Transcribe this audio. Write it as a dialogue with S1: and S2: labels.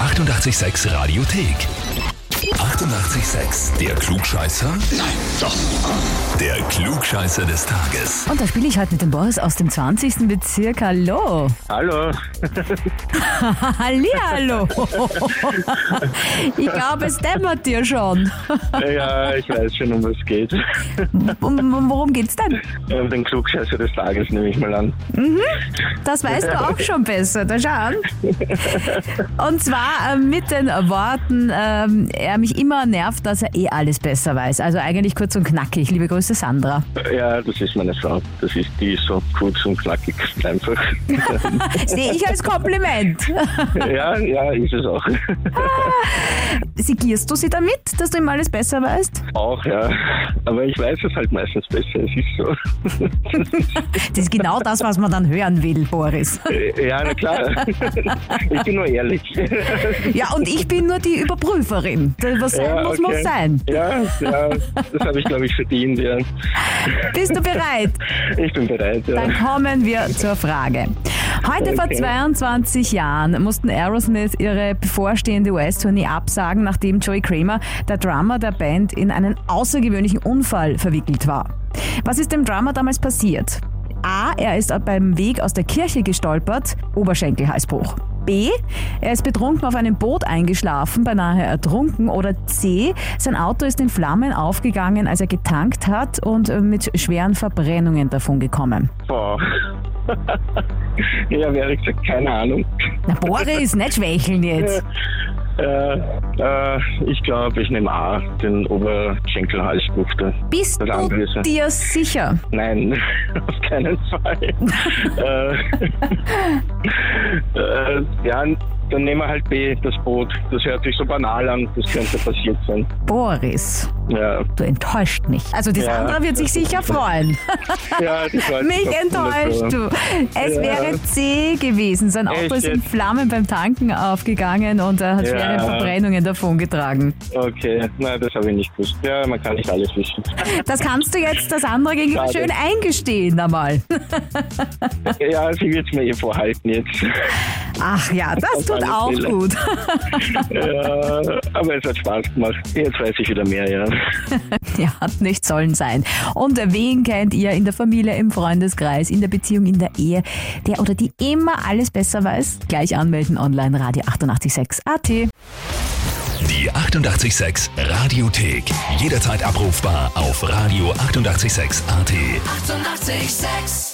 S1: 886 Radiothek. 88,6. Der Klugscheißer? Nein, doch. Der Klugscheißer des Tages.
S2: Und da spiele ich heute mit dem Boris aus dem 20. Bezirk. Hallo.
S3: Hallo.
S2: Hallihallo. ich glaube, es dämmert dir schon.
S3: Ja, ich weiß schon, um was es geht.
S2: Um, um worum geht's denn?
S3: Ähm, Den Klugscheißer des Tages nehme ich mal an.
S2: Das weißt du auch schon besser. Da schau an. Und zwar ähm, mit den Worten, ähm, er mich immer nervt, dass er eh alles besser weiß. Also eigentlich kurz und knackig. Liebe Grüße, Sandra.
S3: Ja, das ist meine Frau. Das ist die ist so kurz und knackig einfach.
S2: Sehe ich als Kompliment.
S3: ja, ja, ist es auch.
S2: Sigierst du sie damit, dass du ihm alles besser weißt?
S3: Auch, ja. Aber ich weiß es halt meistens besser. Es ist so.
S2: Das ist genau das, was man dann hören will, Boris.
S3: Ja, na klar. ich bin nur ehrlich.
S2: Ja, und ich bin nur die Überprüferin. Was sein
S3: ja,
S2: muss,
S3: okay.
S2: muss sein.
S3: Ja, ja, das habe ich, glaube ich, verdient, ja.
S2: Bist du bereit?
S3: Ich bin bereit, ja.
S2: Dann kommen wir zur Frage. Heute vor
S3: Okay.
S2: 22 Jahren mussten Aerosmith ihre bevorstehende US-Tournee absagen, nachdem Joey Kramer, der Drummer der Band, in einen außergewöhnlichen Unfall verwickelt war. Was ist dem Drummer damals passiert? A. Er ist beim Weg aus der Kirche gestolpert, Oberschenkelhalsbruch. B. Er ist betrunken auf einem Boot eingeschlafen, beinahe ertrunken. Oder C. Sein Auto ist in Flammen aufgegangen, als er getankt hat und äh, mit schweren Verbrennungen davongekommen.
S3: Boah. ja, wäre ich gesagt, keine Ahnung.
S2: Na Boris, nicht schwächeln jetzt.
S3: Äh, äh, ich glaube, ich nehme A, den Oberschenkelhalsbruch. da.
S2: Bist
S3: Das andere ist
S2: du
S3: ja-
S2: dir sicher?
S3: Nein, auf keinen Fall. äh, äh, ja, dann nehmen wir halt B, das Boot. Das hört sich so banal an, das könnte passiert sein.
S2: Boris,
S3: Ja,
S2: du enttäuscht mich. Also die
S3: Ja.
S2: Sandra wird sich sicher freuen.
S3: ja das war jetzt
S2: mich
S3: doch
S2: enttäuscht
S3: wunderbar.
S2: du. Es
S3: Ja.
S2: wäre C gewesen. Sein Auto
S3: Echt
S2: ist in
S3: jetzt?
S2: Flammen beim Tanken aufgegangen und er hat
S3: Ja.
S2: schwere Verbrennungen davongetragen.
S3: Okay, nein, das habe ich nicht gewusst. Ja, man kann nicht alles wissen.
S2: Das kannst du jetzt das andere gegenüber
S3: Schade.
S2: schön eingestehen einmal.
S3: ja, sie wird es mir eh vorhalten jetzt.
S2: Ach ja, das
S3: Auf
S2: tut
S3: alle
S2: auch
S3: Fälle.
S2: gut.
S3: ja, aber es hat Spaß gemacht. Jetzt weiß ich wieder mehr, ja.
S2: Ja, hat nicht sollen sein. Und wen kennt ihr in der Familie, im Freundeskreis, in der Beziehung, in der Ehe, der oder die immer alles besser weiß? Gleich anmelden online Radio 886 AT.
S1: Die 88,6 Radiothek. Jederzeit abrufbar auf radio886.at. 88,6.
S4: Eighty-eight, sex.